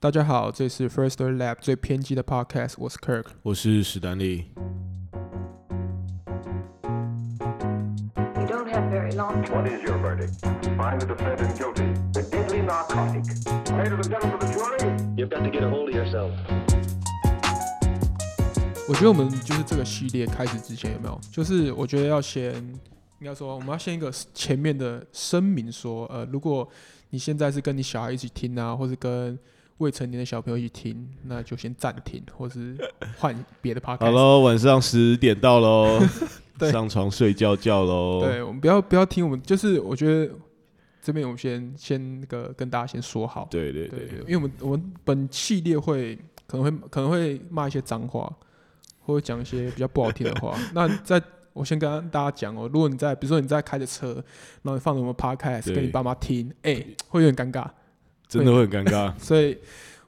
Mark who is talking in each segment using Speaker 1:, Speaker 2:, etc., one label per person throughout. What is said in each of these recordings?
Speaker 1: 大家好，这是 First Story Lab 最偏激的 Podcast，我是 Kirk。
Speaker 2: 我是史丹利。
Speaker 3: You don't have very long to
Speaker 4: What is your verdict? Find the defendant guilty. The deadly narcotic. Ladies and gentlemen of the jury,
Speaker 5: You've got to get a hold of yourself.
Speaker 1: 我觉得我们就是这个系列开始之前有没有？就是我觉得要先，应该说我们要先一个前面的声明说，呃，如果你现在是跟你小孩一起听啊，或是跟未成年的小朋友一起听，那就先暂停，或是换别的 Podcast。
Speaker 2: 好喽，晚上十点到喽
Speaker 1: 对，
Speaker 2: 上床睡觉觉喽。
Speaker 1: 对，我们不要不要听我们，就是我觉得这边我们先先那个跟大家先说好，
Speaker 2: 对对
Speaker 1: 对
Speaker 2: 对，
Speaker 1: 因为我们我们本系列会可能会可能会骂一些脏话，或者讲一些比较不好听的话。 那在我先跟大家讲哦，如果你在比如说你在开着车，然后你放着我们 podcast
Speaker 2: 对
Speaker 1: 跟你爸妈听，哎、会有点尴尬，
Speaker 2: 真的会很尴尬。
Speaker 1: 所以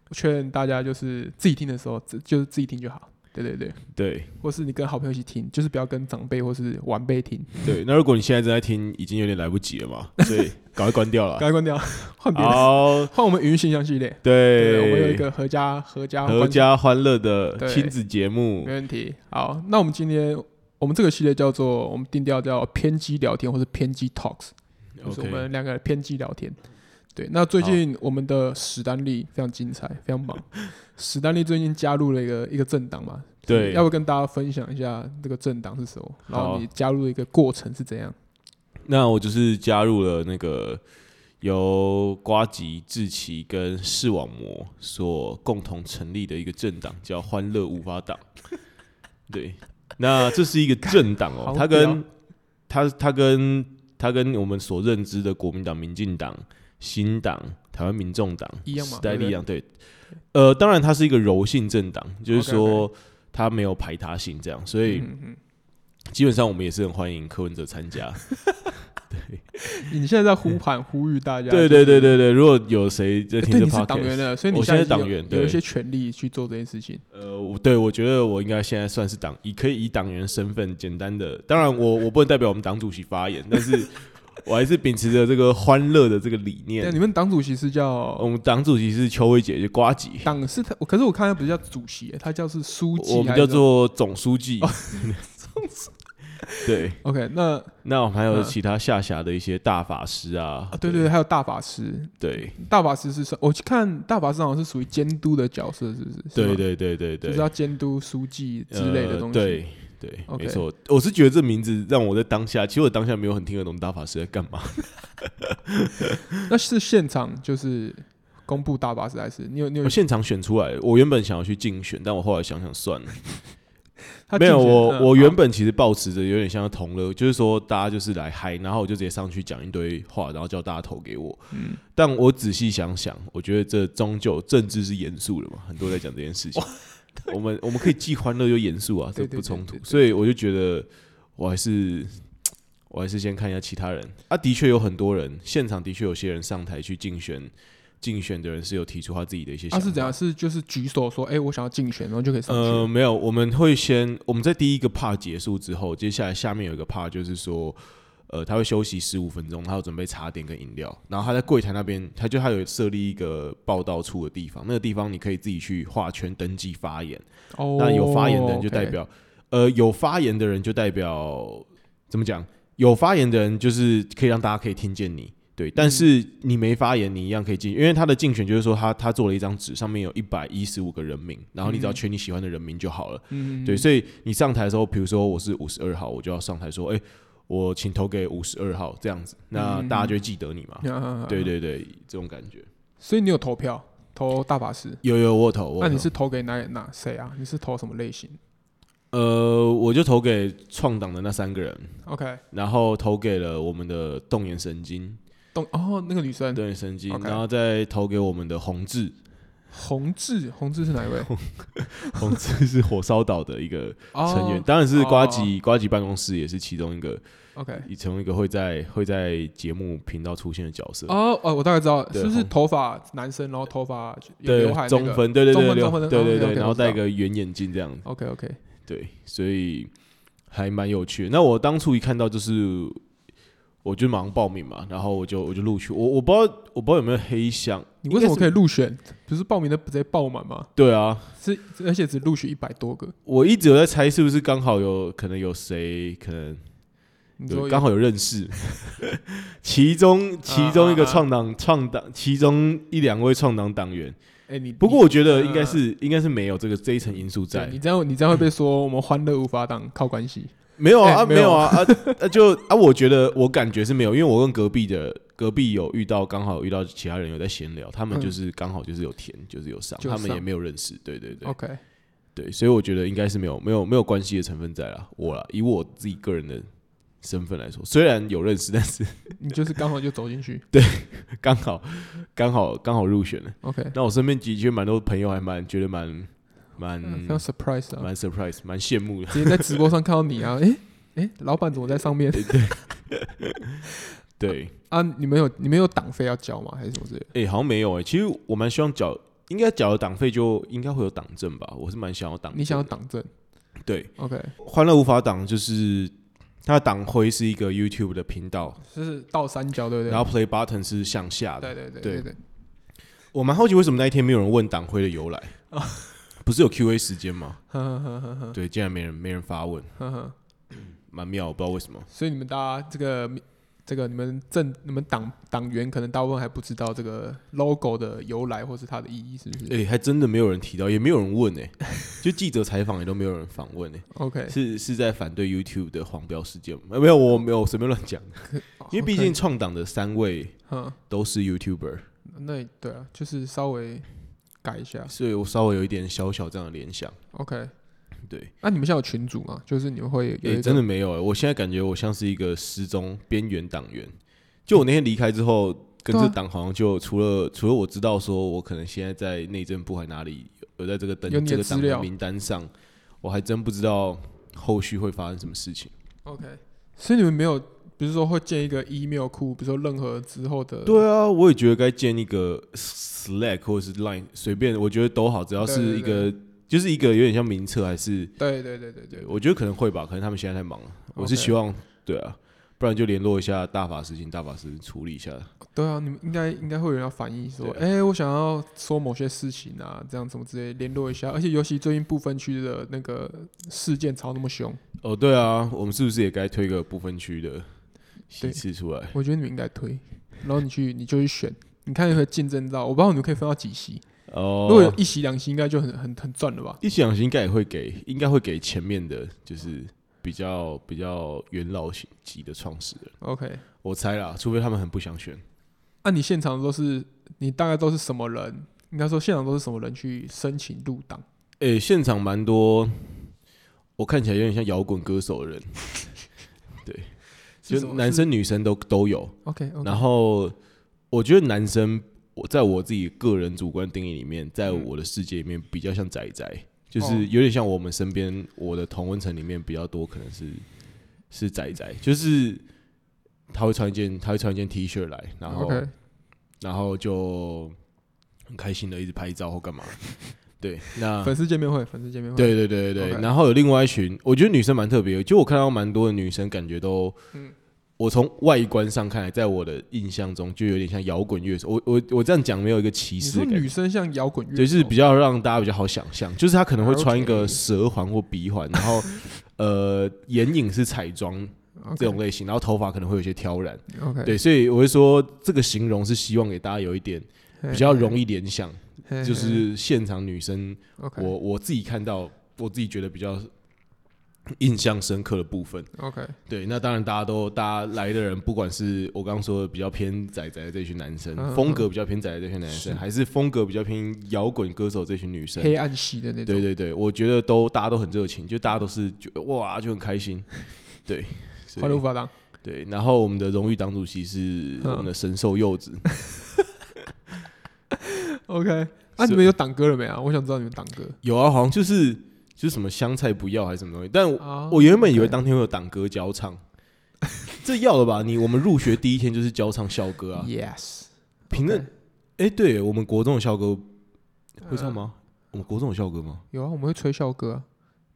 Speaker 1: 我劝大家就是自己听的时候，自就是自己听就好。对对对，
Speaker 2: 对
Speaker 1: 或是你跟好朋友一起听，就是不要跟长辈或是晚辈听，
Speaker 2: 对，那如果你现在正在听，已经有点来不及 了嘛，所以赶快关掉
Speaker 1: 赶快
Speaker 2: 了。
Speaker 1: 关掉，换别的，
Speaker 2: 好，
Speaker 1: 换我们语音形象系列。啊对，我们有一
Speaker 2: 对，
Speaker 1: 个合家合家
Speaker 2: 合
Speaker 1: 观
Speaker 2: 家欢乐的
Speaker 1: 对
Speaker 2: 亲子节目
Speaker 1: 没，问题。好，那我们今天我们这个系列叫做我们定调叫偏激聊天或是偏激 talks，就是我
Speaker 2: OK
Speaker 1: 们两个偏激聊天。对，那最近我们的史丹利非常精彩，非常 忙。史丹利最近加入了一个一个政党嘛，
Speaker 2: 对
Speaker 1: 要不跟大家分享一下这个政党是什么，然后
Speaker 2: 好
Speaker 1: 你加入的一个过程是怎样？
Speaker 2: 那我就是加入了那个由瓜吉、志奇跟视网膜所共同成立的一个政党，叫“欢乐无 法党”。对，那这是一个政党哦
Speaker 1: 好，
Speaker 2: 它
Speaker 1: 屌
Speaker 2: 跟它它跟它跟我们所认知的国民党、民进党、新党、台湾民众党
Speaker 1: 一样嘛
Speaker 2: 时代
Speaker 1: 对不对
Speaker 2: 力量对。呃，当然它是一个柔性政党，就是
Speaker 1: OK，OK
Speaker 2: 说它没有排他性这样，所以
Speaker 1: 嗯嗯，
Speaker 2: 基本上我们也是很欢迎柯文哲参加。
Speaker 1: 嗯你现在在呼 喊呼吁大家，
Speaker 2: 对对对对对，如果有谁在
Speaker 1: 就是，哎对
Speaker 2: 听这
Speaker 1: 你是党员
Speaker 2: podcast，
Speaker 1: 的，所以你
Speaker 2: 我现在
Speaker 1: 已经
Speaker 2: 党员
Speaker 1: 有有一
Speaker 2: 对
Speaker 1: 些权利去做这件事情。
Speaker 2: 呃，我对我觉得我应该现在算是党，以可以以党员身份简单的，当然我我不能代表我们党主席发言，但是我还是秉持着这个欢乐的这个理
Speaker 1: 那
Speaker 2: 念
Speaker 1: 你。们党主席是叫
Speaker 2: 我们党主席是邱薇姐，就瓜吉，
Speaker 1: 党是他，我可是我看他不是叫主席，哦他叫是书记，
Speaker 2: 我们叫做总书记。 对，
Speaker 1: OK 那。
Speaker 2: 那我们还有
Speaker 1: 嗯
Speaker 2: 其他下辖的一些大法师啊
Speaker 1: 啊，，对对对，还有大法师，
Speaker 2: 对
Speaker 1: 大法师是什？我去看大法师好像是属于监督的角色，是不是？是
Speaker 2: 对
Speaker 1: 吗，
Speaker 2: 对对对
Speaker 1: 就
Speaker 2: 对
Speaker 1: 是，要监督书记之类的东西。
Speaker 2: 呃、对对
Speaker 1: OK
Speaker 2: 没错。我是觉得这名字让我在当下，其实我当下没有很听得懂大法师在干 嘛。
Speaker 1: 那是现场就是公布大法师还是你有你有
Speaker 2: 我？现场选出来，我原本想要去竞选，但我后来想想算了，
Speaker 1: 他
Speaker 2: 没有。
Speaker 1: 竞选
Speaker 2: 我
Speaker 1: 嗯
Speaker 2: 我
Speaker 1: 好
Speaker 2: 原本其实抱持着有点像同乐，就是说大家就是来嗨，然后我就直接上去讲一堆话，然后叫大家投给我。
Speaker 1: 嗯
Speaker 2: 但我仔细想想，我觉得这终究政治是严肃的嘛，很多人在讲这件事情。 我们我们可以既欢乐又严肃啊，这
Speaker 1: 对对
Speaker 2: 不冲突
Speaker 1: 对对。对
Speaker 2: 所以我就觉得，我还是我还是先看一下其他人。啊，的确有很多人，现场的确有些人上台去竞选，竞选的人是有提出他自己的一些
Speaker 1: 他
Speaker 2: 想
Speaker 1: 啊是怎样？
Speaker 2: 法。
Speaker 1: 是就是举手说，哎，我想要竞选，然后就可以上去。
Speaker 2: 呃，没有，我们会先我们在第一个 part 结束之后，接下来下面有一个 part 就是说，呃，他会休息十五分钟，他要准备茶点跟饮料，然后他在柜台那边，他就他有设立一个报道处的地方，那个地方你可以自己去画圈登记发言，
Speaker 1: 哦，
Speaker 2: 那有发言的人就
Speaker 1: OK
Speaker 2: 代表，呃，有发言的人就代表怎么讲？有发言的人就是可以让大家可以听见你，对。但
Speaker 1: 嗯
Speaker 2: 是你没发言，你一样可以进，因为他的竞选就是说他他做了一张纸，上面有一百一十五个人名，然后你只要圈你喜欢的人名就好了，
Speaker 1: 嗯，
Speaker 2: 对。所以你上台的时候，比如说我是五十二号，我就要上台说，哎、我请投给五十二号这样子，
Speaker 1: 嗯
Speaker 2: 那大家就会记得你嘛。
Speaker 1: 啊
Speaker 2: 对。对对，这种感觉。
Speaker 1: 所以你有投票投大法师？
Speaker 2: 有有我有投，我有
Speaker 1: 那啊你
Speaker 2: 投
Speaker 1: 是投给哪哪谁啊？你是投什么类型
Speaker 2: 呃，我就投给创党的那三个人。
Speaker 1: ？OK，
Speaker 2: 然后投给了我们的动眼神经，
Speaker 1: 动哦，那个女生
Speaker 2: 动眼神经
Speaker 1: OK
Speaker 2: 然后再投给我们的宏志，
Speaker 1: 洪志，洪志是哪一位？
Speaker 2: 宏志是火烧岛的一个
Speaker 1: 哦
Speaker 2: 成员，当然是瓜吉，瓜吉办公室也是其中一个，
Speaker 1: OK，
Speaker 2: 其中一个会在会在节目频道出现的角色。
Speaker 1: 哦哦，我大概知道，
Speaker 2: 对
Speaker 1: 是不是
Speaker 2: 洪
Speaker 1: 头发男生，然后头发有
Speaker 2: 对
Speaker 1: 刘海，
Speaker 2: 中分，对对
Speaker 1: 中
Speaker 2: 对
Speaker 1: 分
Speaker 2: 对
Speaker 1: 中分哦
Speaker 2: 对对对
Speaker 1: OK，OK，
Speaker 2: 对，然后
Speaker 1: 我知道
Speaker 2: 戴个圆眼镜这样，
Speaker 1: ？OK OK，
Speaker 2: 对，所以还蛮有趣的。那我当初一看到就是我就马上报名嘛，然后我就我就录取，我我不知道我不知道有没有黑箱，
Speaker 1: 你为什么可以
Speaker 2: 以？
Speaker 1: 入选？不是报名的直接爆满吗？
Speaker 2: 对啊，
Speaker 1: 是而且只录取一百多个，
Speaker 2: 我一直有在猜是不是刚好有可能有谁可能
Speaker 1: 你
Speaker 2: 对
Speaker 1: 说
Speaker 2: 刚
Speaker 1: 好
Speaker 2: 好有认识， 其中其中一个创
Speaker 1: 啊
Speaker 2: 党创党，其中一两位创党党员。
Speaker 1: 哎、你
Speaker 2: 不过
Speaker 1: 你
Speaker 2: 我觉得应该
Speaker 1: 嗯
Speaker 2: 是应该是没有这个这一层因素
Speaker 1: 对
Speaker 2: 在
Speaker 1: 你，这样你这样会被说我们欢乐无法挡，靠关系。
Speaker 2: 没有
Speaker 1: 哎
Speaker 2: 啊啊
Speaker 1: 没
Speaker 2: 没
Speaker 1: 有
Speaker 2: 有啊啊啊就啊我觉得我感觉是没有，因为我跟隔壁的隔壁有遇到刚好遇到其他人有在闲聊，他们
Speaker 1: 嗯
Speaker 2: 就是刚好就是有填就是有上，
Speaker 1: 就
Speaker 2: 他们
Speaker 1: 上
Speaker 2: 也没有认识，对对对
Speaker 1: OK，
Speaker 2: 对，所以我觉得应该是没有没有没有关系的成分在啦，我啦以我自己个人的身份来说，虽然有认识，但 是
Speaker 1: 你就是刚好就走进去。
Speaker 2: 刚好刚好刚好入选了。
Speaker 1: OK，
Speaker 2: 那我身边的确蛮多朋友还蛮觉得蛮蛮
Speaker 1: 嗯非常 surprise 啊，
Speaker 2: 蛮 surprise，蛮羡慕的。
Speaker 1: 直接在直播上看到你啊，哎、哎、老板怎么在上面
Speaker 2: 对，
Speaker 1: 啊？你们有你们有党费要交吗？还是什么之类的？
Speaker 2: 哎、好像没有哎、其实我蛮希望缴，应该缴了党费就应该会有党证吧？我是蛮想要党证的。
Speaker 1: 你想要党证
Speaker 2: 对
Speaker 1: ？OK，
Speaker 2: 欢乐无法党就是它的党徽是一个 YouTube 的频道，
Speaker 1: 就是倒三角，对不对？
Speaker 2: 然后 Play Button 是向下
Speaker 1: 对。
Speaker 2: 的
Speaker 1: 对对对
Speaker 2: 对
Speaker 1: 对，
Speaker 2: 我蛮好奇为什么那一天没有人问党徽的由来， 不是有 Q&A 时间吗？
Speaker 1: 哼哼哼哼
Speaker 2: 对，竟然没人没人发问，
Speaker 1: 哼哼。
Speaker 2: 蛮妙，我不知道为什么。
Speaker 1: 所以你们大家这个这个你们政你们党党员可能大部分还不知道这个 logo 的由来或是它的意义，是不是、
Speaker 2: 哎、还真的没有人提到，也没有人问哎、就记者采访也都没有人访问哎、
Speaker 1: o k
Speaker 2: 是是在反对 YouTube 的黄标事件吗？呃没有，我没有随便乱讲，因为毕竟，创党的三位
Speaker 1: 哦嗯，
Speaker 2: 都是 YouTuber，
Speaker 1: 那也对啊，就是稍微改一下
Speaker 2: 所以我稍微有一点小小这样的联想。
Speaker 1: ，OK。
Speaker 2: 对，
Speaker 1: 那、你们现在有群组吗？就是你们会有
Speaker 2: 也、
Speaker 1: 一个
Speaker 2: 真的没有哎、我现在感觉我像是一个失踪边缘党员。就我那天离开之后，跟
Speaker 1: 对啊
Speaker 2: 这党好像就除了除了我知道说我可能现在在内政部还哪里有有在这个
Speaker 1: 有
Speaker 2: 等
Speaker 1: 你
Speaker 2: 这
Speaker 1: 的
Speaker 2: 个
Speaker 1: 资
Speaker 2: 党的
Speaker 1: 料
Speaker 2: 名单上，我还真不知道后续会发生什么事情。
Speaker 1: OK，所以你们没有，比如说会建一个 email 库，比如说任何之后的
Speaker 2: 对啊，我也觉得该建一个 Slack 或者是 Line，随便我觉得都好，只要是一个就是一个有点像名册，还是
Speaker 1: 对对对对对
Speaker 2: 对，我觉得可能会吧，可能他们现在太忙了。我是
Speaker 1: OK
Speaker 2: 希望对啊，不然就联络一下大法师，请大法师处理一下。
Speaker 1: 对啊！你们应该应该会有人要反映说，
Speaker 2: 对啊
Speaker 1: 哎、我想要说某些事情啊，这样怎么之类联络一下。而且尤其最近部分区的那个事件吵那么凶，
Speaker 2: 哦，对啊，我们是不是也该推个不分区的席次出来？
Speaker 1: 我觉得你们应该推，然后你去你就去选，你看有没有竞争到？我不知道你们可以分到几席，
Speaker 2: 哦，
Speaker 1: 如果有一席两席，应该就很很很赚了吧？
Speaker 2: 一起两行应该也会给，应该会给前面的，就是比较比较元老型级的创始人，
Speaker 1: OK，
Speaker 2: 我猜啦，除非他们很不想选。
Speaker 1: 那、你现场都是你大概都是什么人？应该说现场都是什么人去申请入党？
Speaker 2: 诶、现场蛮多，我看起来有点像摇滚歌手的人，对，
Speaker 1: 是什
Speaker 2: 就
Speaker 1: 么
Speaker 2: 男生女生都都有。
Speaker 1: OK OK，
Speaker 2: 然后我觉得男生，我在我自己个人主观定义里面，在
Speaker 1: 嗯
Speaker 2: 我的世界里面比较像宅宅，就
Speaker 1: 哦
Speaker 2: 是嗯有点像我们身边我的同温层里面比较多，可能是是宅宅，就是他会穿一件他会穿一件 T 恤来，然后嗯
Speaker 1: OK
Speaker 2: 然后就很开心的一直拍照或干嘛，对，那
Speaker 1: 粉丝见面会，粉丝见面会，
Speaker 2: 对对对对
Speaker 1: 嗯 OK
Speaker 2: 对，然后有另外一群，我觉得女生蛮特别的，就我看到蛮多的女生，感觉都，
Speaker 1: 嗯
Speaker 2: 我从外观上看来，在我的印象中就有点像摇滚乐手。我我我这样讲没有一个歧
Speaker 1: 你
Speaker 2: 视的
Speaker 1: 说
Speaker 2: 感
Speaker 1: 女
Speaker 2: 觉，
Speaker 1: 生哦像摇滚乐手，
Speaker 2: 就是比较让大家比较好想象，就是她可能会穿一
Speaker 1: OK
Speaker 2: 个蛇环或鼻环，然 后呃眼影是彩妆这种类型，然后头发可能会有些挑染，
Speaker 1: OK，
Speaker 2: 对，所以我会说这个形容是希望给大家有一点
Speaker 1: 嘿
Speaker 2: 比较
Speaker 1: 嘿
Speaker 2: 容易联想，
Speaker 1: 嘿嘿
Speaker 2: 就是现场女生
Speaker 1: OK
Speaker 2: 我我自己看到，我自己觉得比较印象深刻的部分。
Speaker 1: OK
Speaker 2: 对，那当然大家都大家来的人，不管是我刚刚说的比较偏仔仔的这群男生，
Speaker 1: 嗯
Speaker 2: 风格比较偏仔的这群男生，还是风格比较偏摇滚歌手这群女生，
Speaker 1: 黑暗系的那种
Speaker 2: 对对对，我觉得都大家都很热情，就大家都是觉得哇就很 开心，对，所以
Speaker 1: 欢乐无 法当，
Speaker 2: 对，然后我们的荣誉党主席是
Speaker 1: 嗯
Speaker 2: 我们的神兽柚 子，
Speaker 1: OK，啊，你们有党歌了没啊？我想知道你们党歌
Speaker 2: 有啊，好像就是就是什么香菜不要还是什么东西，但我
Speaker 1: 啊
Speaker 2: 我原本以为
Speaker 1: OK
Speaker 2: 当天会有党歌交唱， 这要了吧？你我们入学第一天就是交唱校歌啊。
Speaker 1: Yes，
Speaker 2: 评论
Speaker 1: OK，啊
Speaker 2: 哎、对我们国中的校歌会唱吗？我们国中有校歌吗？
Speaker 1: 有啊，我们会吹校歌啊，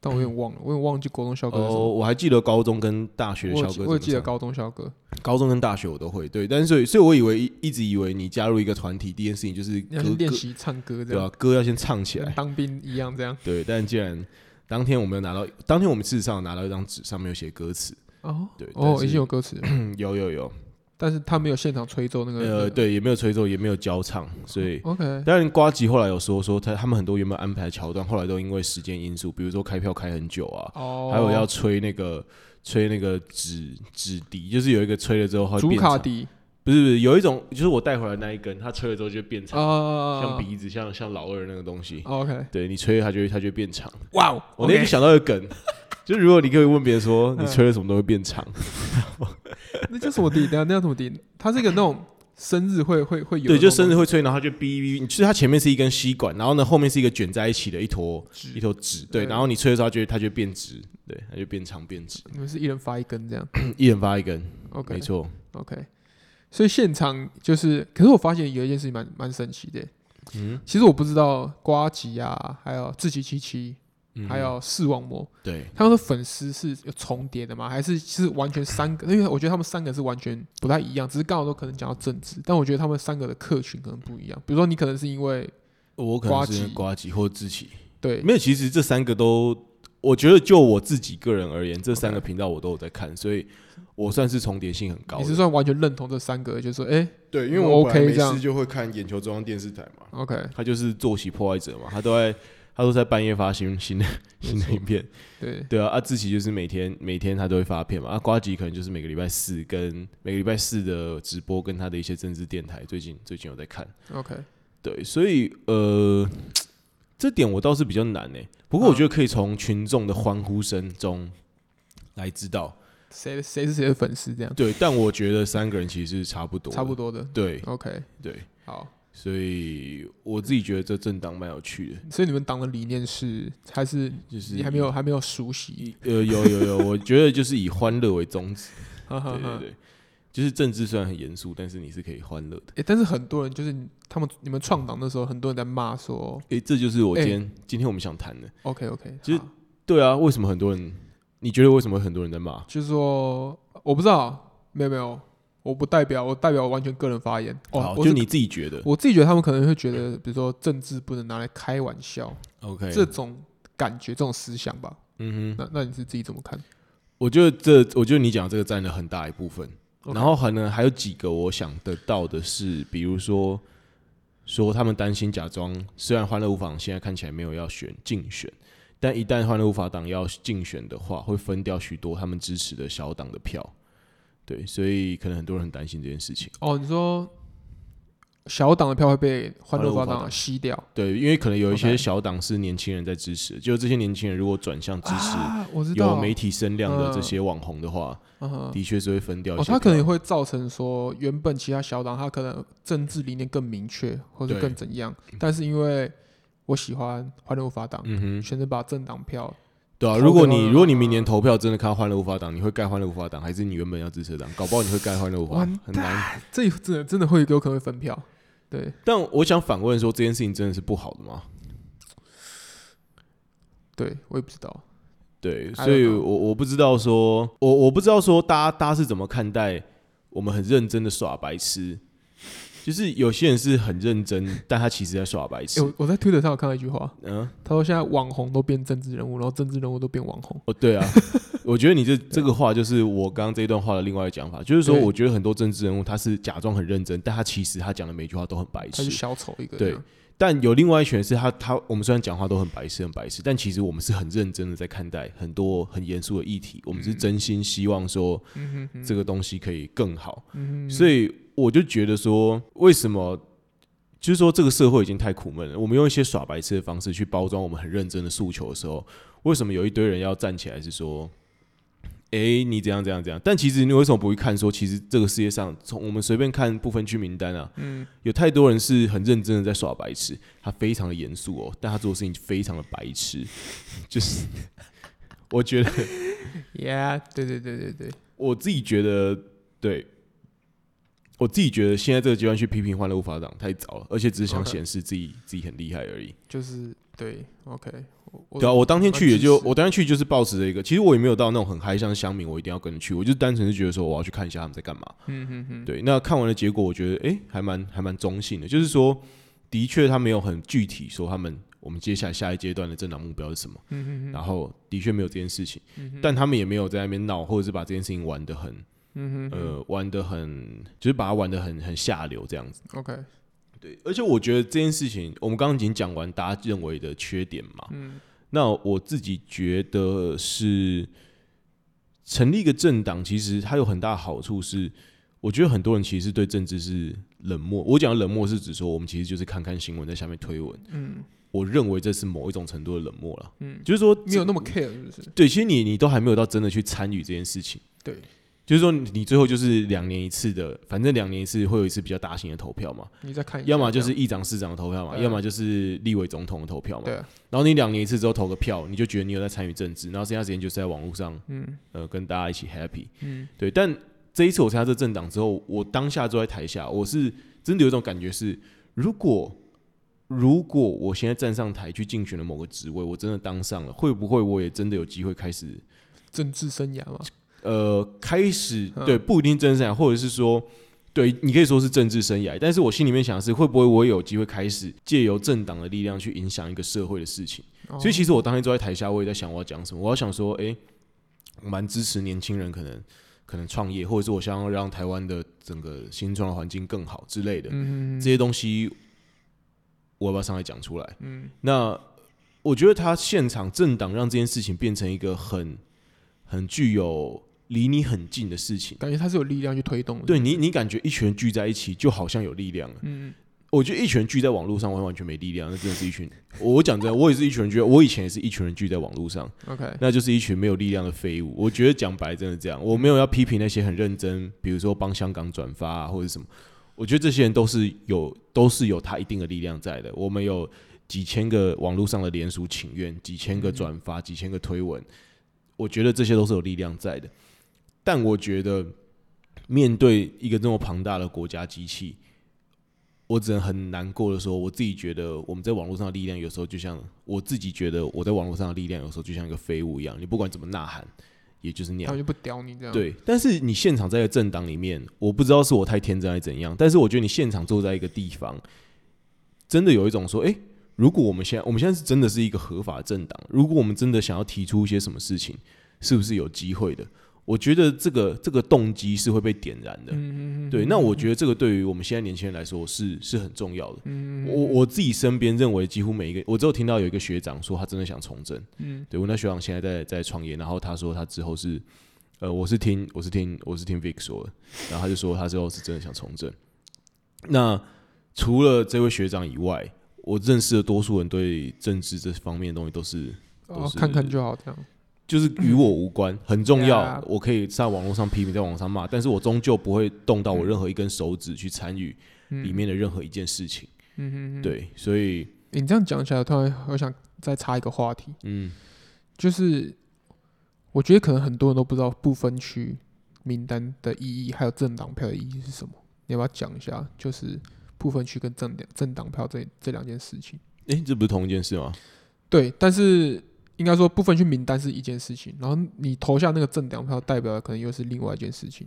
Speaker 1: 但我有 点忘了，我有点忘记国中校歌是什
Speaker 2: 哦，
Speaker 1: 么。
Speaker 2: 我还记得高中跟大学的
Speaker 1: 我
Speaker 2: 校
Speaker 1: 有
Speaker 2: 歌
Speaker 1: 记
Speaker 2: 怎
Speaker 1: 我有
Speaker 2: 么
Speaker 1: 记得
Speaker 2: 唱，
Speaker 1: 高中校歌，
Speaker 2: 高中跟大学我都会，对，但是所以所以我以为一一直以为你加入一个团体，第一件事情就是
Speaker 1: 要
Speaker 2: 歌
Speaker 1: 去练
Speaker 2: 歌
Speaker 1: 习唱歌这
Speaker 2: 对
Speaker 1: 样
Speaker 2: 吧、，歌要先唱起
Speaker 1: 跟
Speaker 2: 来，
Speaker 1: 当兵一样这样。
Speaker 2: 对，但既然当天我们有拿到，当天我们事实上有拿到一张纸，上面有写歌词，
Speaker 1: 哦，
Speaker 2: 对但
Speaker 1: 哦，
Speaker 2: 是
Speaker 1: 已经有歌词了，
Speaker 2: 嗯， 有有有，
Speaker 1: 但是他没有现场吹奏那个。那
Speaker 2: 呃，
Speaker 1: 个。
Speaker 2: 对，也没有吹奏，也没有交唱，所以。
Speaker 1: OK，
Speaker 2: 当然，瓜吉后来有说说他他们很多原本安排的桥段，后来都因为时间因素，比如说开票开很久啊，
Speaker 1: 哦，
Speaker 2: 还有要吹那个吹那个纸纸笛，就是有一个吹了之后会
Speaker 1: 竹
Speaker 2: 变
Speaker 1: 卡
Speaker 2: 长，
Speaker 1: 迪
Speaker 2: 不是不是，有一种就是我带回来那一根，它吹了之后就变长，
Speaker 1: 啊，
Speaker 2: 像鼻子像像老二那个东西，
Speaker 1: 哦。OK，
Speaker 2: 对你吹了它就会它就会变长。
Speaker 1: 哇哦，
Speaker 2: 我那天就
Speaker 1: OK 嗯
Speaker 2: 想到一个梗， 就是如果你可以问别人说你吹了什么都会变长，
Speaker 1: 那叫什么笛？等一下那叫什么笛？它是一个那种生日会会会有的那种东
Speaker 2: 对，
Speaker 1: 西，
Speaker 2: 就生日会吹，然后它就哔哔，哔就是它前面是一根吸管，然后呢后面是一个卷在一起的一坨一坨纸，对，
Speaker 1: 对
Speaker 2: 然后你吹的时候它就会它就会变直，对，它就变长变直，
Speaker 1: 你们是一人发一根这样。
Speaker 2: 一人发一根，
Speaker 1: OK，
Speaker 2: 没错，
Speaker 1: OK，所以现场就是，可是我发现有一件事情蛮蛮神奇的。
Speaker 2: 嗯，
Speaker 1: 其实我不知道瓜吉啊，还有自己七七，
Speaker 2: 嗯
Speaker 1: 还有视网膜，
Speaker 2: 对。
Speaker 1: 他们的粉丝是有重叠的吗？还是是完全三个？因为我觉得他们三个是完全不太一样，只是刚好都可能讲到政治，但我觉得他们三个的客群可能不一样。比如说你可能是因为
Speaker 2: 我可能
Speaker 1: 瓜
Speaker 2: 是
Speaker 1: 吉
Speaker 2: 瓜吉或志奇，
Speaker 1: 对
Speaker 2: 没有。其实这三个都，我觉得就我自己个人而言，这三个频道我都有在看，所以我算是重叠性很高
Speaker 1: 你是
Speaker 2: 的。
Speaker 1: 算完全认同这三个，就是说，哎、
Speaker 2: 对，因
Speaker 1: 为我本来 OK，没这样事
Speaker 2: 就会看眼球中央电视台嘛，
Speaker 1: o k
Speaker 2: 他就是作息破坏者嘛，他都在他都在半夜发新新的新的影片。
Speaker 1: 对，
Speaker 2: 对啊，啊志奇就是每天每天他都会发片嘛，啊瓜吉可能就是每个礼拜四跟每个礼拜四的直播跟他的一些政治电台，最近最近有在看。
Speaker 1: OK，
Speaker 2: 对，所以呃，这点我倒是比较难呢。不过我觉得可以从群众的欢呼声中来知道。
Speaker 1: 谁谁是谁的粉丝这样，
Speaker 2: 对，但我觉得三个人其实是差不多，
Speaker 1: 差不。多的。
Speaker 2: 对
Speaker 1: OK，
Speaker 2: 对，
Speaker 1: 好，
Speaker 2: 所以我自己觉得这政党蛮有趣的，
Speaker 1: 所以你们党的理念是还是
Speaker 2: 就是
Speaker 1: 你还没有还没有熟悉，
Speaker 2: 以。呃，有有有，我觉得就是以欢乐为宗旨。
Speaker 1: 对
Speaker 2: 对对对，就是政治虽然很严肃，但是你是可以欢乐的。
Speaker 1: 欸但是很多人就是他们你们创党的时候，很多人在骂说
Speaker 2: 诶，这就是我今
Speaker 1: 哎
Speaker 2: 天、今天我们想谈的。
Speaker 1: ，OK OK，
Speaker 2: 就是对啊，为什么很多人？你觉得为什么很多人在骂？
Speaker 1: 就是说我不知道，没有没有，我不代表我代表完全个人发言，哦
Speaker 2: 好，，
Speaker 1: 我
Speaker 2: 就是你自己觉得。
Speaker 1: 我自己觉得他们可能会觉得，比如说政治不能拿来开玩笑
Speaker 2: OK，
Speaker 1: 这种感觉，这种思想吧。
Speaker 2: 哎嗯哼，
Speaker 1: 那那你是自己怎么看？
Speaker 2: 我觉得这，我觉得你讲这个占了很大一部分。
Speaker 1: OK
Speaker 2: 然后可能还有几个我想得到的是，比如说说他们担心假装，虽然欢乐无法党现在看起来没有要选竞选，但一旦欢乐无法党要竞选的话，会分掉许多他们支持的小党的票。对，所以可能很多人很担心这件事情。
Speaker 1: 哦，你说小党的票会被欢乐
Speaker 2: 欢乐
Speaker 1: 发
Speaker 2: 发
Speaker 1: 党
Speaker 2: 党
Speaker 1: 吸掉
Speaker 2: 对，因为可能有一些
Speaker 1: OK
Speaker 2: 小党是年轻人在支持的，就这些年轻人如果转向支持
Speaker 1: 啊？我知道
Speaker 2: 有，媒体声量的
Speaker 1: 嗯
Speaker 2: 这些网红的话，
Speaker 1: 嗯哼
Speaker 2: 的确是会分掉一
Speaker 1: 哦，
Speaker 2: 些票。
Speaker 1: 他可能也会造成说，原本其他小党他可能政治理念更明确，或者
Speaker 2: 对
Speaker 1: 更怎样，但是因为我喜欢欢乐无法党，
Speaker 2: 嗯哼，
Speaker 1: 选择把政党票，
Speaker 2: 对啊，
Speaker 1: 投
Speaker 2: 如果
Speaker 1: 给欢
Speaker 2: 你
Speaker 1: 乐
Speaker 2: 如果
Speaker 1: 党
Speaker 2: 你明
Speaker 1: 啊
Speaker 2: 年投票真的看到欢乐无法党，你会盖欢乐无法党，还是你原本要支持的党？搞不好你会盖欢乐无法
Speaker 1: 完
Speaker 2: 党，很难。
Speaker 1: 这真的真的会有可能会分票，对，
Speaker 2: 但我想反问说，这件事情真的是不好的吗？
Speaker 1: 对我也不知道，
Speaker 2: 对，
Speaker 1: I don't
Speaker 2: 所以
Speaker 1: know
Speaker 2: 我我不知道说，我我不知道说大家大家是怎么看待我们很认真的耍白痴，就是有些人是很认 真，但他其实在耍白痴
Speaker 1: 诶。我我在推特上有看到一句话，
Speaker 2: 嗯，
Speaker 1: 他说现在网红都变政治人物，然后政治人物都变网红，
Speaker 2: 哦，对 啊，我觉得你这这个话就是我刚刚这一段话的另外一个讲法，就是说，
Speaker 1: 对
Speaker 2: 我觉得很多政治人物他是假装很认真，但他其实他讲的每句话都很白
Speaker 1: 他
Speaker 2: 痴
Speaker 1: 就。小丑一个，
Speaker 2: 对，但有另外一群人是他他，我们虽然讲话都很白痴很白痴，但其实我们是很认真的在看待很多很严肃的议题，我们是真心希望说
Speaker 1: 嗯哼哼，
Speaker 2: 这个东西可以更好。
Speaker 1: 嗯哼，
Speaker 2: 所以我就觉得说，为什么？就是说，这个社会已经太苦闷了。我们用一些耍白痴的方式去包装我们很认真的诉求的时候，为什么有一堆人要站起来是说，诶，你怎样怎样怎样？但其实你为什么不会看说，其实这个世界上，从我们随便看不分区名单啊，
Speaker 1: 嗯，
Speaker 2: 有太多人是很认真的在耍白痴，他非常的严肃哦，但他做的事情非常的白痴， 就是我觉得
Speaker 1: ，yeah，对对对对对，
Speaker 2: 我自己觉得，对，我自己觉得现在这个阶段去批评欢乐无法党太早了，而且只是想
Speaker 1: OK
Speaker 2: 显示自己自己很厉害而已。
Speaker 1: 就是对，OK，我我
Speaker 2: 对啊，我当天去也就
Speaker 1: 蛮支持
Speaker 2: 我当天去就是抱持着一个，其实我也没有到那种很嗨，像乡民我一定要跟着去，我就单纯是觉得说我要去看一下他们在干嘛。
Speaker 1: 嗯嗯嗯，
Speaker 2: 对，那看完的结果，我觉得诶还蛮还蛮中性的，就是说，的确他没有很具体说他们我们接下来下一阶段的政党目标是什么，
Speaker 1: 嗯嗯
Speaker 2: 然后的确没有这件事情，
Speaker 1: 嗯
Speaker 2: 但他们也没有在那边闹，或者是把这件事情玩的很
Speaker 1: 嗯嗯
Speaker 2: 呃玩的很，就是把它玩的很很下流这样子。
Speaker 1: ，OK，
Speaker 2: 对，而且我觉得这件事情，我们刚刚已经讲完大家认为的缺点嘛，
Speaker 1: 嗯
Speaker 2: 那我自己觉得是成立一个政党，其实它有很大的好处是，我觉得很多人其实对政治是冷漠。我讲的冷漠是指说，我们其实就是看看新闻，在下面推文。
Speaker 1: 嗯
Speaker 2: 我认为这是某一种程度的冷漠了，
Speaker 1: 嗯，
Speaker 2: 就是说
Speaker 1: 没有那么 care 是不是？
Speaker 2: 对，其实你你都还没有到真的去参与这件事情。
Speaker 1: 对，
Speaker 2: 就是说，你你最后就是两年一次的，反正两年一次会有一次比较大型的投票嘛，
Speaker 1: 你再看一下这
Speaker 2: 要
Speaker 1: 样，
Speaker 2: 么就是议长、市长的投票嘛，
Speaker 1: 对啊
Speaker 2: 要么就是立委、总统的投票嘛。
Speaker 1: 对啊，
Speaker 2: 然后你两年一次之后投个票，你就觉得你有在参与政治，然后剩下时间就是在网络上，
Speaker 1: 嗯
Speaker 2: 呃，跟大家一起 happy。
Speaker 1: 嗯
Speaker 2: 对，但这一次我参加这政党之后，我当下坐在台下，我是真的有一种感觉是，如果如果我现在站上台去竞选了某个职位，我真的当上了，会不会我也真的有机会开始
Speaker 1: 政治生涯嘛，
Speaker 2: 呃，开始
Speaker 1: 嗯
Speaker 2: 对不一定政治生涯，或者是说，对你可以说是政治生涯，但是我心里面想的是，会不会我有机会开始借由政党的力量去影响一个社会的事情？
Speaker 1: 哦
Speaker 2: 所以其实我当天坐在台下，我也在想我要讲什么，我要想说，诶，我蛮支持年轻人可能可能创业，或者是我想要让台湾的整个新创的环境更好之类的、
Speaker 1: 嗯嗯
Speaker 2: 这些东西，我要不要上来讲出来？
Speaker 1: 嗯
Speaker 2: 那我觉得他现场政党让这件事情变成一个很很具有离你很近的事情，
Speaker 1: 感觉他是有力量去推动的，
Speaker 2: 对你，你感觉一群人聚在一起就好像有力量了。
Speaker 1: 嗯
Speaker 2: 我觉得一群人聚在网络上完完全没力量，那真的是一群。我讲真的，我也是一群人聚，我以前也是一群人聚在网络上，
Speaker 1: 嗯，OK，
Speaker 2: 那就是一群没有力量的废物。我觉得讲白真的这样，我没有要批评那些很认真，比如说帮香港转发啊或者什么。我觉得这些人都是有都是有他一定的力量在的。我们有几千个网络上的联署请愿，几千个转发，几千个推文，我觉得这些都是有力量在的。但我觉得面对一个这么庞大的国家机器，我只能很难过的说，我自己觉得我们在网络上的力量，有时候就像我自己觉得我在网络上的力量，有时候就像一个废物一样，你不管怎么呐喊，也就是
Speaker 1: 他
Speaker 2: 那样
Speaker 1: 们。就不屌你这样，，
Speaker 2: 对，但是你现场在一个政党里面，我不知道是我太天真还是怎样，但是我觉得你现场坐在一个地方，真的有一种说，诶，如果我们现在我们现在是真的是一个合法政党，如果我们真的想要提出一些什么事情，是不是有机会的？我觉得这个这个动机是会被点燃的。
Speaker 1: 嗯嗯嗯，
Speaker 2: 对，那我觉得这个对于我们现在年轻人来说是是很重要的。
Speaker 1: 嗯
Speaker 2: 我我自己身边认为，几乎每一个，我只有听到有一个学长说他真的想从政。
Speaker 1: 嗯
Speaker 2: 对我那学长现在在在创业，然后他说他之后是，呃，我是听我是听我是听 Vic 说的，然后他就说他之后是真的想从政。那除了这位学长以外，我认识的多数人对政治这方面的东西都是
Speaker 1: 哦
Speaker 2: 都是
Speaker 1: 看看就好这样，
Speaker 2: 就是与我无关，很重要。
Speaker 1: Yeah
Speaker 2: 我可以在网络上批评，在网络上骂，但是我终究不会动到我任何一根手指去参与里面的任何一件事情。
Speaker 1: 嗯嗯嗯嗯，
Speaker 2: 对，所以
Speaker 1: 诶你这样讲起来，我突然我想再插一个话题，
Speaker 2: 嗯，
Speaker 1: 就是我觉得可能很多人都不知道不分区名单的意义，还有政党票的意义是什么。你要不要讲一下？就是不分区跟政党政党票这这两件事情。
Speaker 2: 诶，这不是同一件事吗？
Speaker 1: 对，但是应该说不分区名单是一件事情，然后你投下那个政党票，代表的可能又是另外一件事情。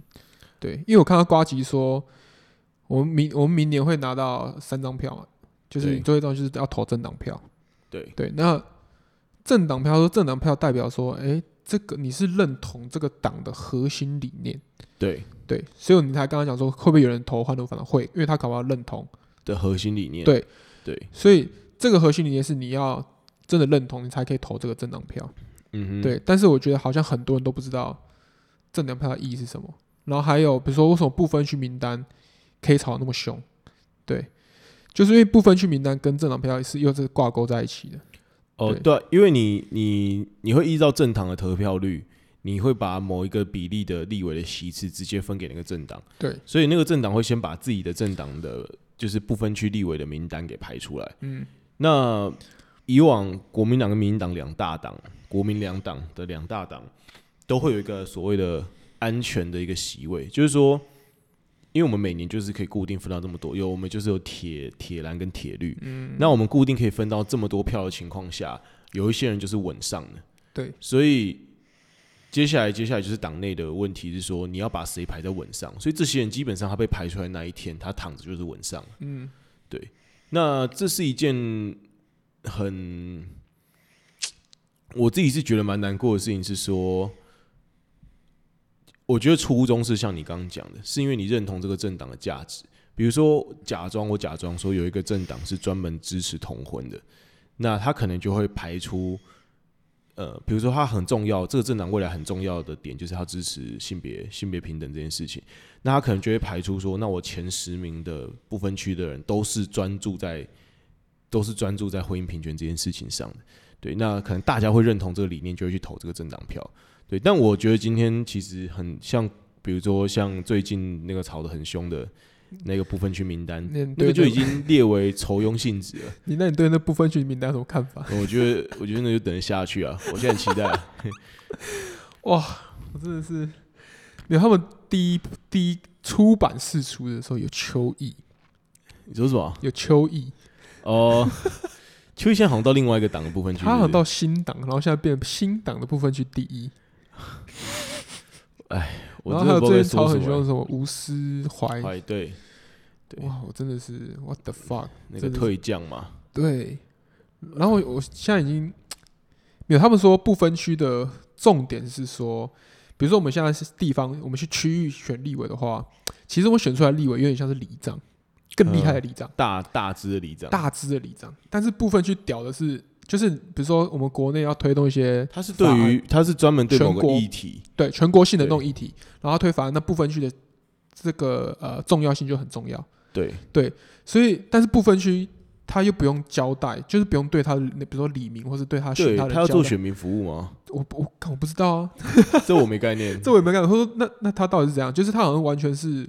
Speaker 1: 对，因为我看到瓜吉说，我们明我们明年会拿到三张票嘛，就是
Speaker 2: 对
Speaker 1: 你最后一张就是要投政党票。
Speaker 2: 对，
Speaker 1: 对，那政党票说政党票代表说，哎、这个你是认同这个党的核心理念，
Speaker 2: 对
Speaker 1: 对，所以你才刚刚讲说会不会有人投换流反党会，因为他搞不好认同，
Speaker 2: 的核心理念。
Speaker 1: 对
Speaker 2: 对，
Speaker 1: 所以这个核心理念是你要真的认同，你才可以投这个政党票。
Speaker 2: 嗯哼，
Speaker 1: 对，但是我觉得好像很多人都不知道政党票的意义是什么。然后还有比如说为什么不分区名单可以吵得那么凶？对，就是因为不分区名单跟政党票是又是挂钩在一起的。
Speaker 2: 哦，
Speaker 1: 对
Speaker 2: 对啊，因为你你你会依照政党的投票率，你会把某一个比例的立委的席次直接分给那个政党，
Speaker 1: 对，
Speaker 2: 所以那个政党会先把自己的政党的就是不分区立委的名单给排出来。
Speaker 1: 嗯，
Speaker 2: 那以往国民党跟民进党两大党，国民两党的两大党都会有一个所谓的安全的一个席位，就是说因为我们每年就是可以固定分到这么多，有我们就是有铁铁栏跟铁律，
Speaker 1: 嗯，
Speaker 2: 那我们固定可以分到这么多票的情况下，有一些人就是稳上的，
Speaker 1: 对，
Speaker 2: 所以接下来接下来就是党内的问题是说你要把谁排在稳上，所以这些人基本上他被排出来那一天，他躺着就是稳上，
Speaker 1: 嗯，
Speaker 2: 对，那这是一件很我自己是觉得蛮难过的事情，是说。我觉得初衷是像你刚刚讲的，是因为你认同这个政党的价值。比如说，假装我假装说有一个政党是专门支持同婚的，那他可能就会排出，呃，比如说他很重要，这个政党未来很重要的点就是他支持性别性别平等这件事情，那他可能就会排出说，那我前十名的不分区的人都是专注在都是专注在婚姻平权这件事情上的，对，那可能大家会认同这个理念，就会去投这个政党票，对，但我觉得今天其实很像，比如说像最近那个吵得很凶的。那个部分区名单，
Speaker 1: 那
Speaker 2: 那
Speaker 1: 嗯对
Speaker 2: 个就
Speaker 1: 那
Speaker 2: 已经列为仇庸性质了。
Speaker 1: 你那你对那部分群名单有什么看法？
Speaker 2: 我觉得，我觉得那就等着下去啊！我现在很期待啊。
Speaker 1: 我真的是，没有他们第一第一出版试出的时候有秋意，
Speaker 2: 你说什么？
Speaker 1: 有秋意，
Speaker 2: 哦，邱毅现在好像到另外一个党的部分去，
Speaker 1: 他好像
Speaker 2: 对
Speaker 1: 到新党，然后现在变新党的部分区第一，然
Speaker 2: 不对我
Speaker 1: 后
Speaker 2: 真
Speaker 1: 还
Speaker 2: 的
Speaker 1: 有
Speaker 2: 不知道
Speaker 1: 最
Speaker 2: 在
Speaker 1: 近吵
Speaker 2: 说
Speaker 1: 很
Speaker 2: 什
Speaker 1: 凶的
Speaker 2: 么
Speaker 1: 什么吴思怀
Speaker 2: 欸。，哎，对，对，
Speaker 1: 哇，我真的是 what the fuck，
Speaker 2: 那个
Speaker 1: 真的是
Speaker 2: 退将嘛，
Speaker 1: 对，然后我我现在已经没有，他们说不分区的重点是说，比如说我们现在是地方，我们去区域选立委的话，其实我们选出来的立委有点像是里长，更厉害
Speaker 2: 嗯
Speaker 1: 的里长，
Speaker 2: 大大支的里长，
Speaker 1: 大支的里长。但是部分区屌的是，就是比如说我们国内要推动一些
Speaker 2: 他是对于他是专门对某个
Speaker 1: 全国
Speaker 2: 议题，
Speaker 1: 对全国性的那
Speaker 2: 对
Speaker 1: 种议题，然后推法案，那部分区的这个呃重要性就很重要。
Speaker 2: 对
Speaker 1: 所以，但是不分区他又不用交代，就是不用对他的，比如说李明或是对他选
Speaker 2: 对，
Speaker 1: 他的
Speaker 2: 他要
Speaker 1: 交
Speaker 2: 做
Speaker 1: 代
Speaker 2: 选嗯民服务吗？
Speaker 1: 我不我看我不知道啊，
Speaker 2: 这我没概 念。
Speaker 1: 这我也没感觉。他说那那他到底是怎样？就是他好像完全是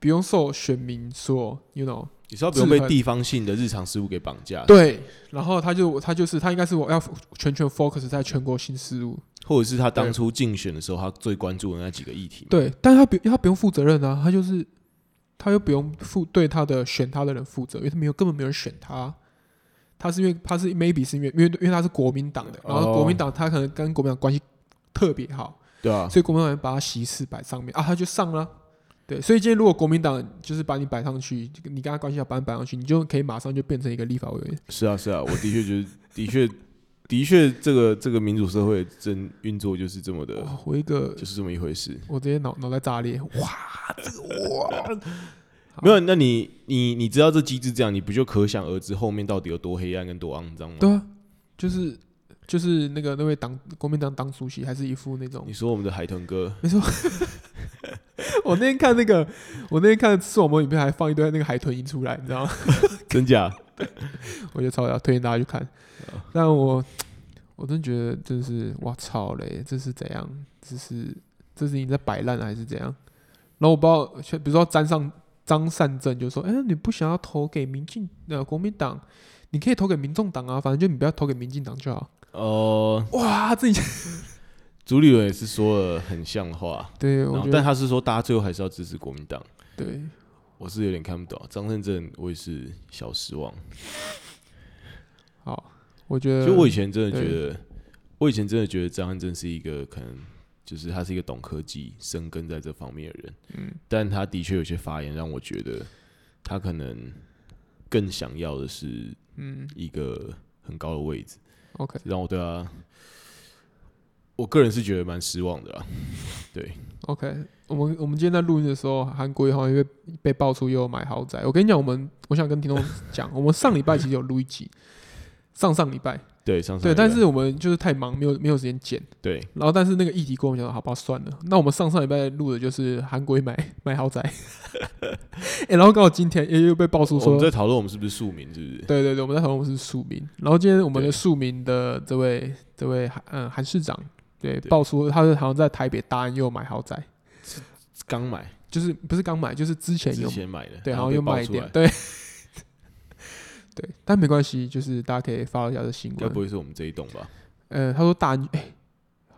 Speaker 1: 不用受选民所，you know，
Speaker 2: 你说不用被
Speaker 1: 制衡
Speaker 2: 地方性的日常事务给绑架，，
Speaker 1: 对。然后他就他就是他应该是我要全权 focus 在全国性事务，
Speaker 2: 或者是他当初竞选的时候，他最关注的那几个议题嘛，
Speaker 1: 对。但是他不他不用负责任啊，他就是他又不用负对他的选他的人负责，因为他没有根本没有人选他。他是因为他是 maybe 是因为因为因为他是国民党的，然后
Speaker 2: 哦
Speaker 1: 国民党他可能跟国民党关系特别好，
Speaker 2: 对啊，
Speaker 1: 所以国民党人把他席次摆上面啊，他就上了。对，所以今天如果国民党就是把你摆上去，你跟他关系好，把你摆上去，你就可以马上就变成一个立法委员。
Speaker 2: 是啊，是啊，我的确觉得， 的确，的确，这个这个民主社会真运作就是这么的，
Speaker 1: 哇我一个，
Speaker 2: 就是这么一回事。
Speaker 1: 我直接脑脑袋炸裂，哇，这个哇，好
Speaker 2: 没有，那你你你知道这机制这样，你不就可想而知后面到底有多黑暗跟多肮脏吗？
Speaker 1: 对啊，就是就是那个那位党国民党党主席还是一副那种
Speaker 2: 你，说我们的海豚哥，
Speaker 1: 我那天看那个，我那天看视网膜影片还放一堆那个海豚音出来，你知道 吗？
Speaker 2: 真 假？
Speaker 1: 我觉得超屌，推荐大家去看。
Speaker 2: 哦
Speaker 1: 但我我真觉得真是哇操嘞，这是怎样？这是这是你在摆烂还是怎样？然后我不知道像，比如说沾上张善政就说：“哎、你不想要投给民进呃国民党，你可以投给民众党啊，反正就你不要投给民进党就好。
Speaker 2: 哦、”
Speaker 1: 哇，这已经
Speaker 2: 朱立伦也是说了很像话，
Speaker 1: 对
Speaker 2: 然
Speaker 1: 我
Speaker 2: 后
Speaker 1: 觉
Speaker 2: 但
Speaker 1: 得
Speaker 2: 他是说大家最后还是要支持国民党，
Speaker 1: 对
Speaker 2: 我是有点看不懂。张胜正我也是小失望。
Speaker 1: 好，我觉得
Speaker 2: 其实我以前真的觉
Speaker 1: 啊对
Speaker 2: 得，我以前真的觉得张汉正是一个可能就是他是一个懂科技、深耕在这方面的人，
Speaker 1: 嗯
Speaker 2: 但他的确有些发言让我觉得他可能更想要的是
Speaker 1: 嗯
Speaker 2: 一个很高的位置，
Speaker 1: OK
Speaker 2: 让我对他，我个人是觉得蛮失望的啊啦。
Speaker 1: OK，我们我们今天在录音的时候，韩国瑜好像因为被爆出又有买豪宅。我跟你讲，我们我想跟听众讲，我们上礼拜其实有录一集，上上礼拜
Speaker 2: 对，上上
Speaker 1: 对，
Speaker 2: 礼拜
Speaker 1: 但是我们就是太忙，没有没有时间剪。
Speaker 2: 对
Speaker 1: 然后但是那个议题跟我们讲，好吧，算了。那我们上上礼拜录的就是韩国瑜买 买豪宅，哎、然后刚好今天又又被爆出
Speaker 2: 我
Speaker 1: 说
Speaker 2: 们，在讨论我们是不是庶民，是不是？
Speaker 1: 对对对，我们在讨论我们是庶民。然后今天我们的
Speaker 2: 对
Speaker 1: 庶民的这位这位韩嗯韩市长，对，
Speaker 2: 对
Speaker 1: 爆出他是好像在台北大安又有买豪宅。
Speaker 2: 刚买
Speaker 1: 就是不是刚买，就是之前
Speaker 2: 之
Speaker 1: 有
Speaker 2: 前买的，
Speaker 1: 对，然
Speaker 2: 然
Speaker 1: 后
Speaker 2: 被
Speaker 1: 又
Speaker 2: 爆
Speaker 1: 卖一
Speaker 2: 出
Speaker 1: 点
Speaker 2: 来，
Speaker 1: 对，对，但没关系，就是大家可以 follow 一下这新
Speaker 2: 该不
Speaker 1: 闻。
Speaker 2: 会是我们这一栋吧？
Speaker 1: 呃，他说大安，哎、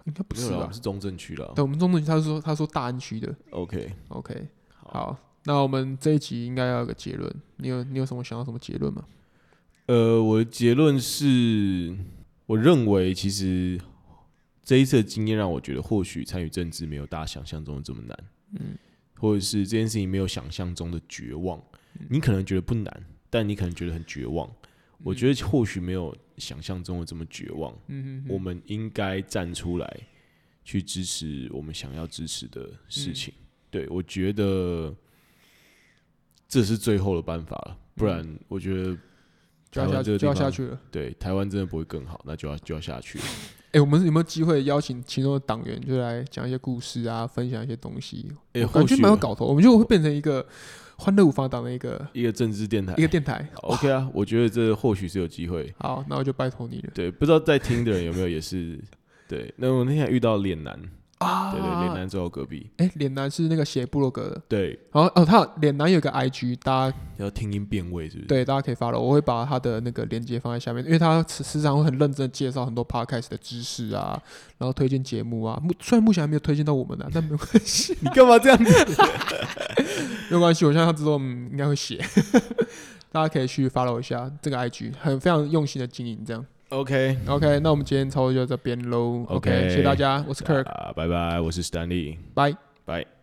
Speaker 1: 应该不
Speaker 2: 没有
Speaker 1: 是啊
Speaker 2: 啦，我
Speaker 1: 吧
Speaker 2: 们？是中正区了
Speaker 1: 对，。我们中正区，他说他说大安区的
Speaker 2: OK，
Speaker 1: ，OK，
Speaker 2: 好，
Speaker 1: 好，那我们这一集应该要有个结论，你有你有什么想要什么结论吗？
Speaker 2: 呃，我的结论是，我认为其实这一次的经验让我觉得，或许参与政治没有大家想象中的这么难，
Speaker 1: 嗯
Speaker 2: 或者是这件事情没有想象中的绝望。
Speaker 1: 嗯
Speaker 2: 你可能觉得不难，但你可能觉得很绝望。我觉得或许没有想象中的这么绝望。
Speaker 1: 嗯
Speaker 2: 我们应该站出来去支持我们想要支持的
Speaker 1: 嗯
Speaker 2: 事情。对我觉得这是最后的办法了，
Speaker 1: 嗯
Speaker 2: 不然我觉得
Speaker 1: 就要下
Speaker 2: 台湾这个
Speaker 1: 就要
Speaker 2: 地方
Speaker 1: 下去了。
Speaker 2: 对台湾真的不会更好，那就要就要下去了。
Speaker 1: 哎、我们有没有机会邀请其中的党员就来讲一些故事啊，分享一些东西？
Speaker 2: 哎、
Speaker 1: 感
Speaker 2: 或
Speaker 1: 觉
Speaker 2: 许
Speaker 1: 蛮有搞头，我们就会变成一个欢乐无法党的一个
Speaker 2: 一个政治电台
Speaker 1: 一个电台。
Speaker 2: ，OK 啊，我觉得这或许是有机会。
Speaker 1: 好，那我就拜托你了
Speaker 2: 对，不知道在听的人有没有也是对。那我那天还遇到脸男，
Speaker 1: 啊！
Speaker 2: 对对，脸男坐我隔壁，
Speaker 1: 哎，脸男是那个写部落格的，
Speaker 2: 对，
Speaker 1: 然后哦，他有脸男有个 IG，大家
Speaker 2: 要听音辨位是不是？
Speaker 1: 对大家可以发了，我会把他的那个链接放在下面，因为他时时常会很认真地介绍很多 podcast 的知识啊，然后推荐节目啊。目虽然目前还没有 推荐到我们啊，但没关系，
Speaker 2: 你干嘛这样子？
Speaker 1: 没有关系，我相信他之后嗯应该会写， 大家可以去 follow 一下这个 IG，很非常用心的经营这样。
Speaker 2: OK，
Speaker 1: OK，那我们今天操作就到这边喽。OK，,
Speaker 2: OK
Speaker 1: 谢谢大家，我是 Kirk，
Speaker 2: 啊，拜拜，我是 Stanley，
Speaker 1: 拜。
Speaker 2: 拜。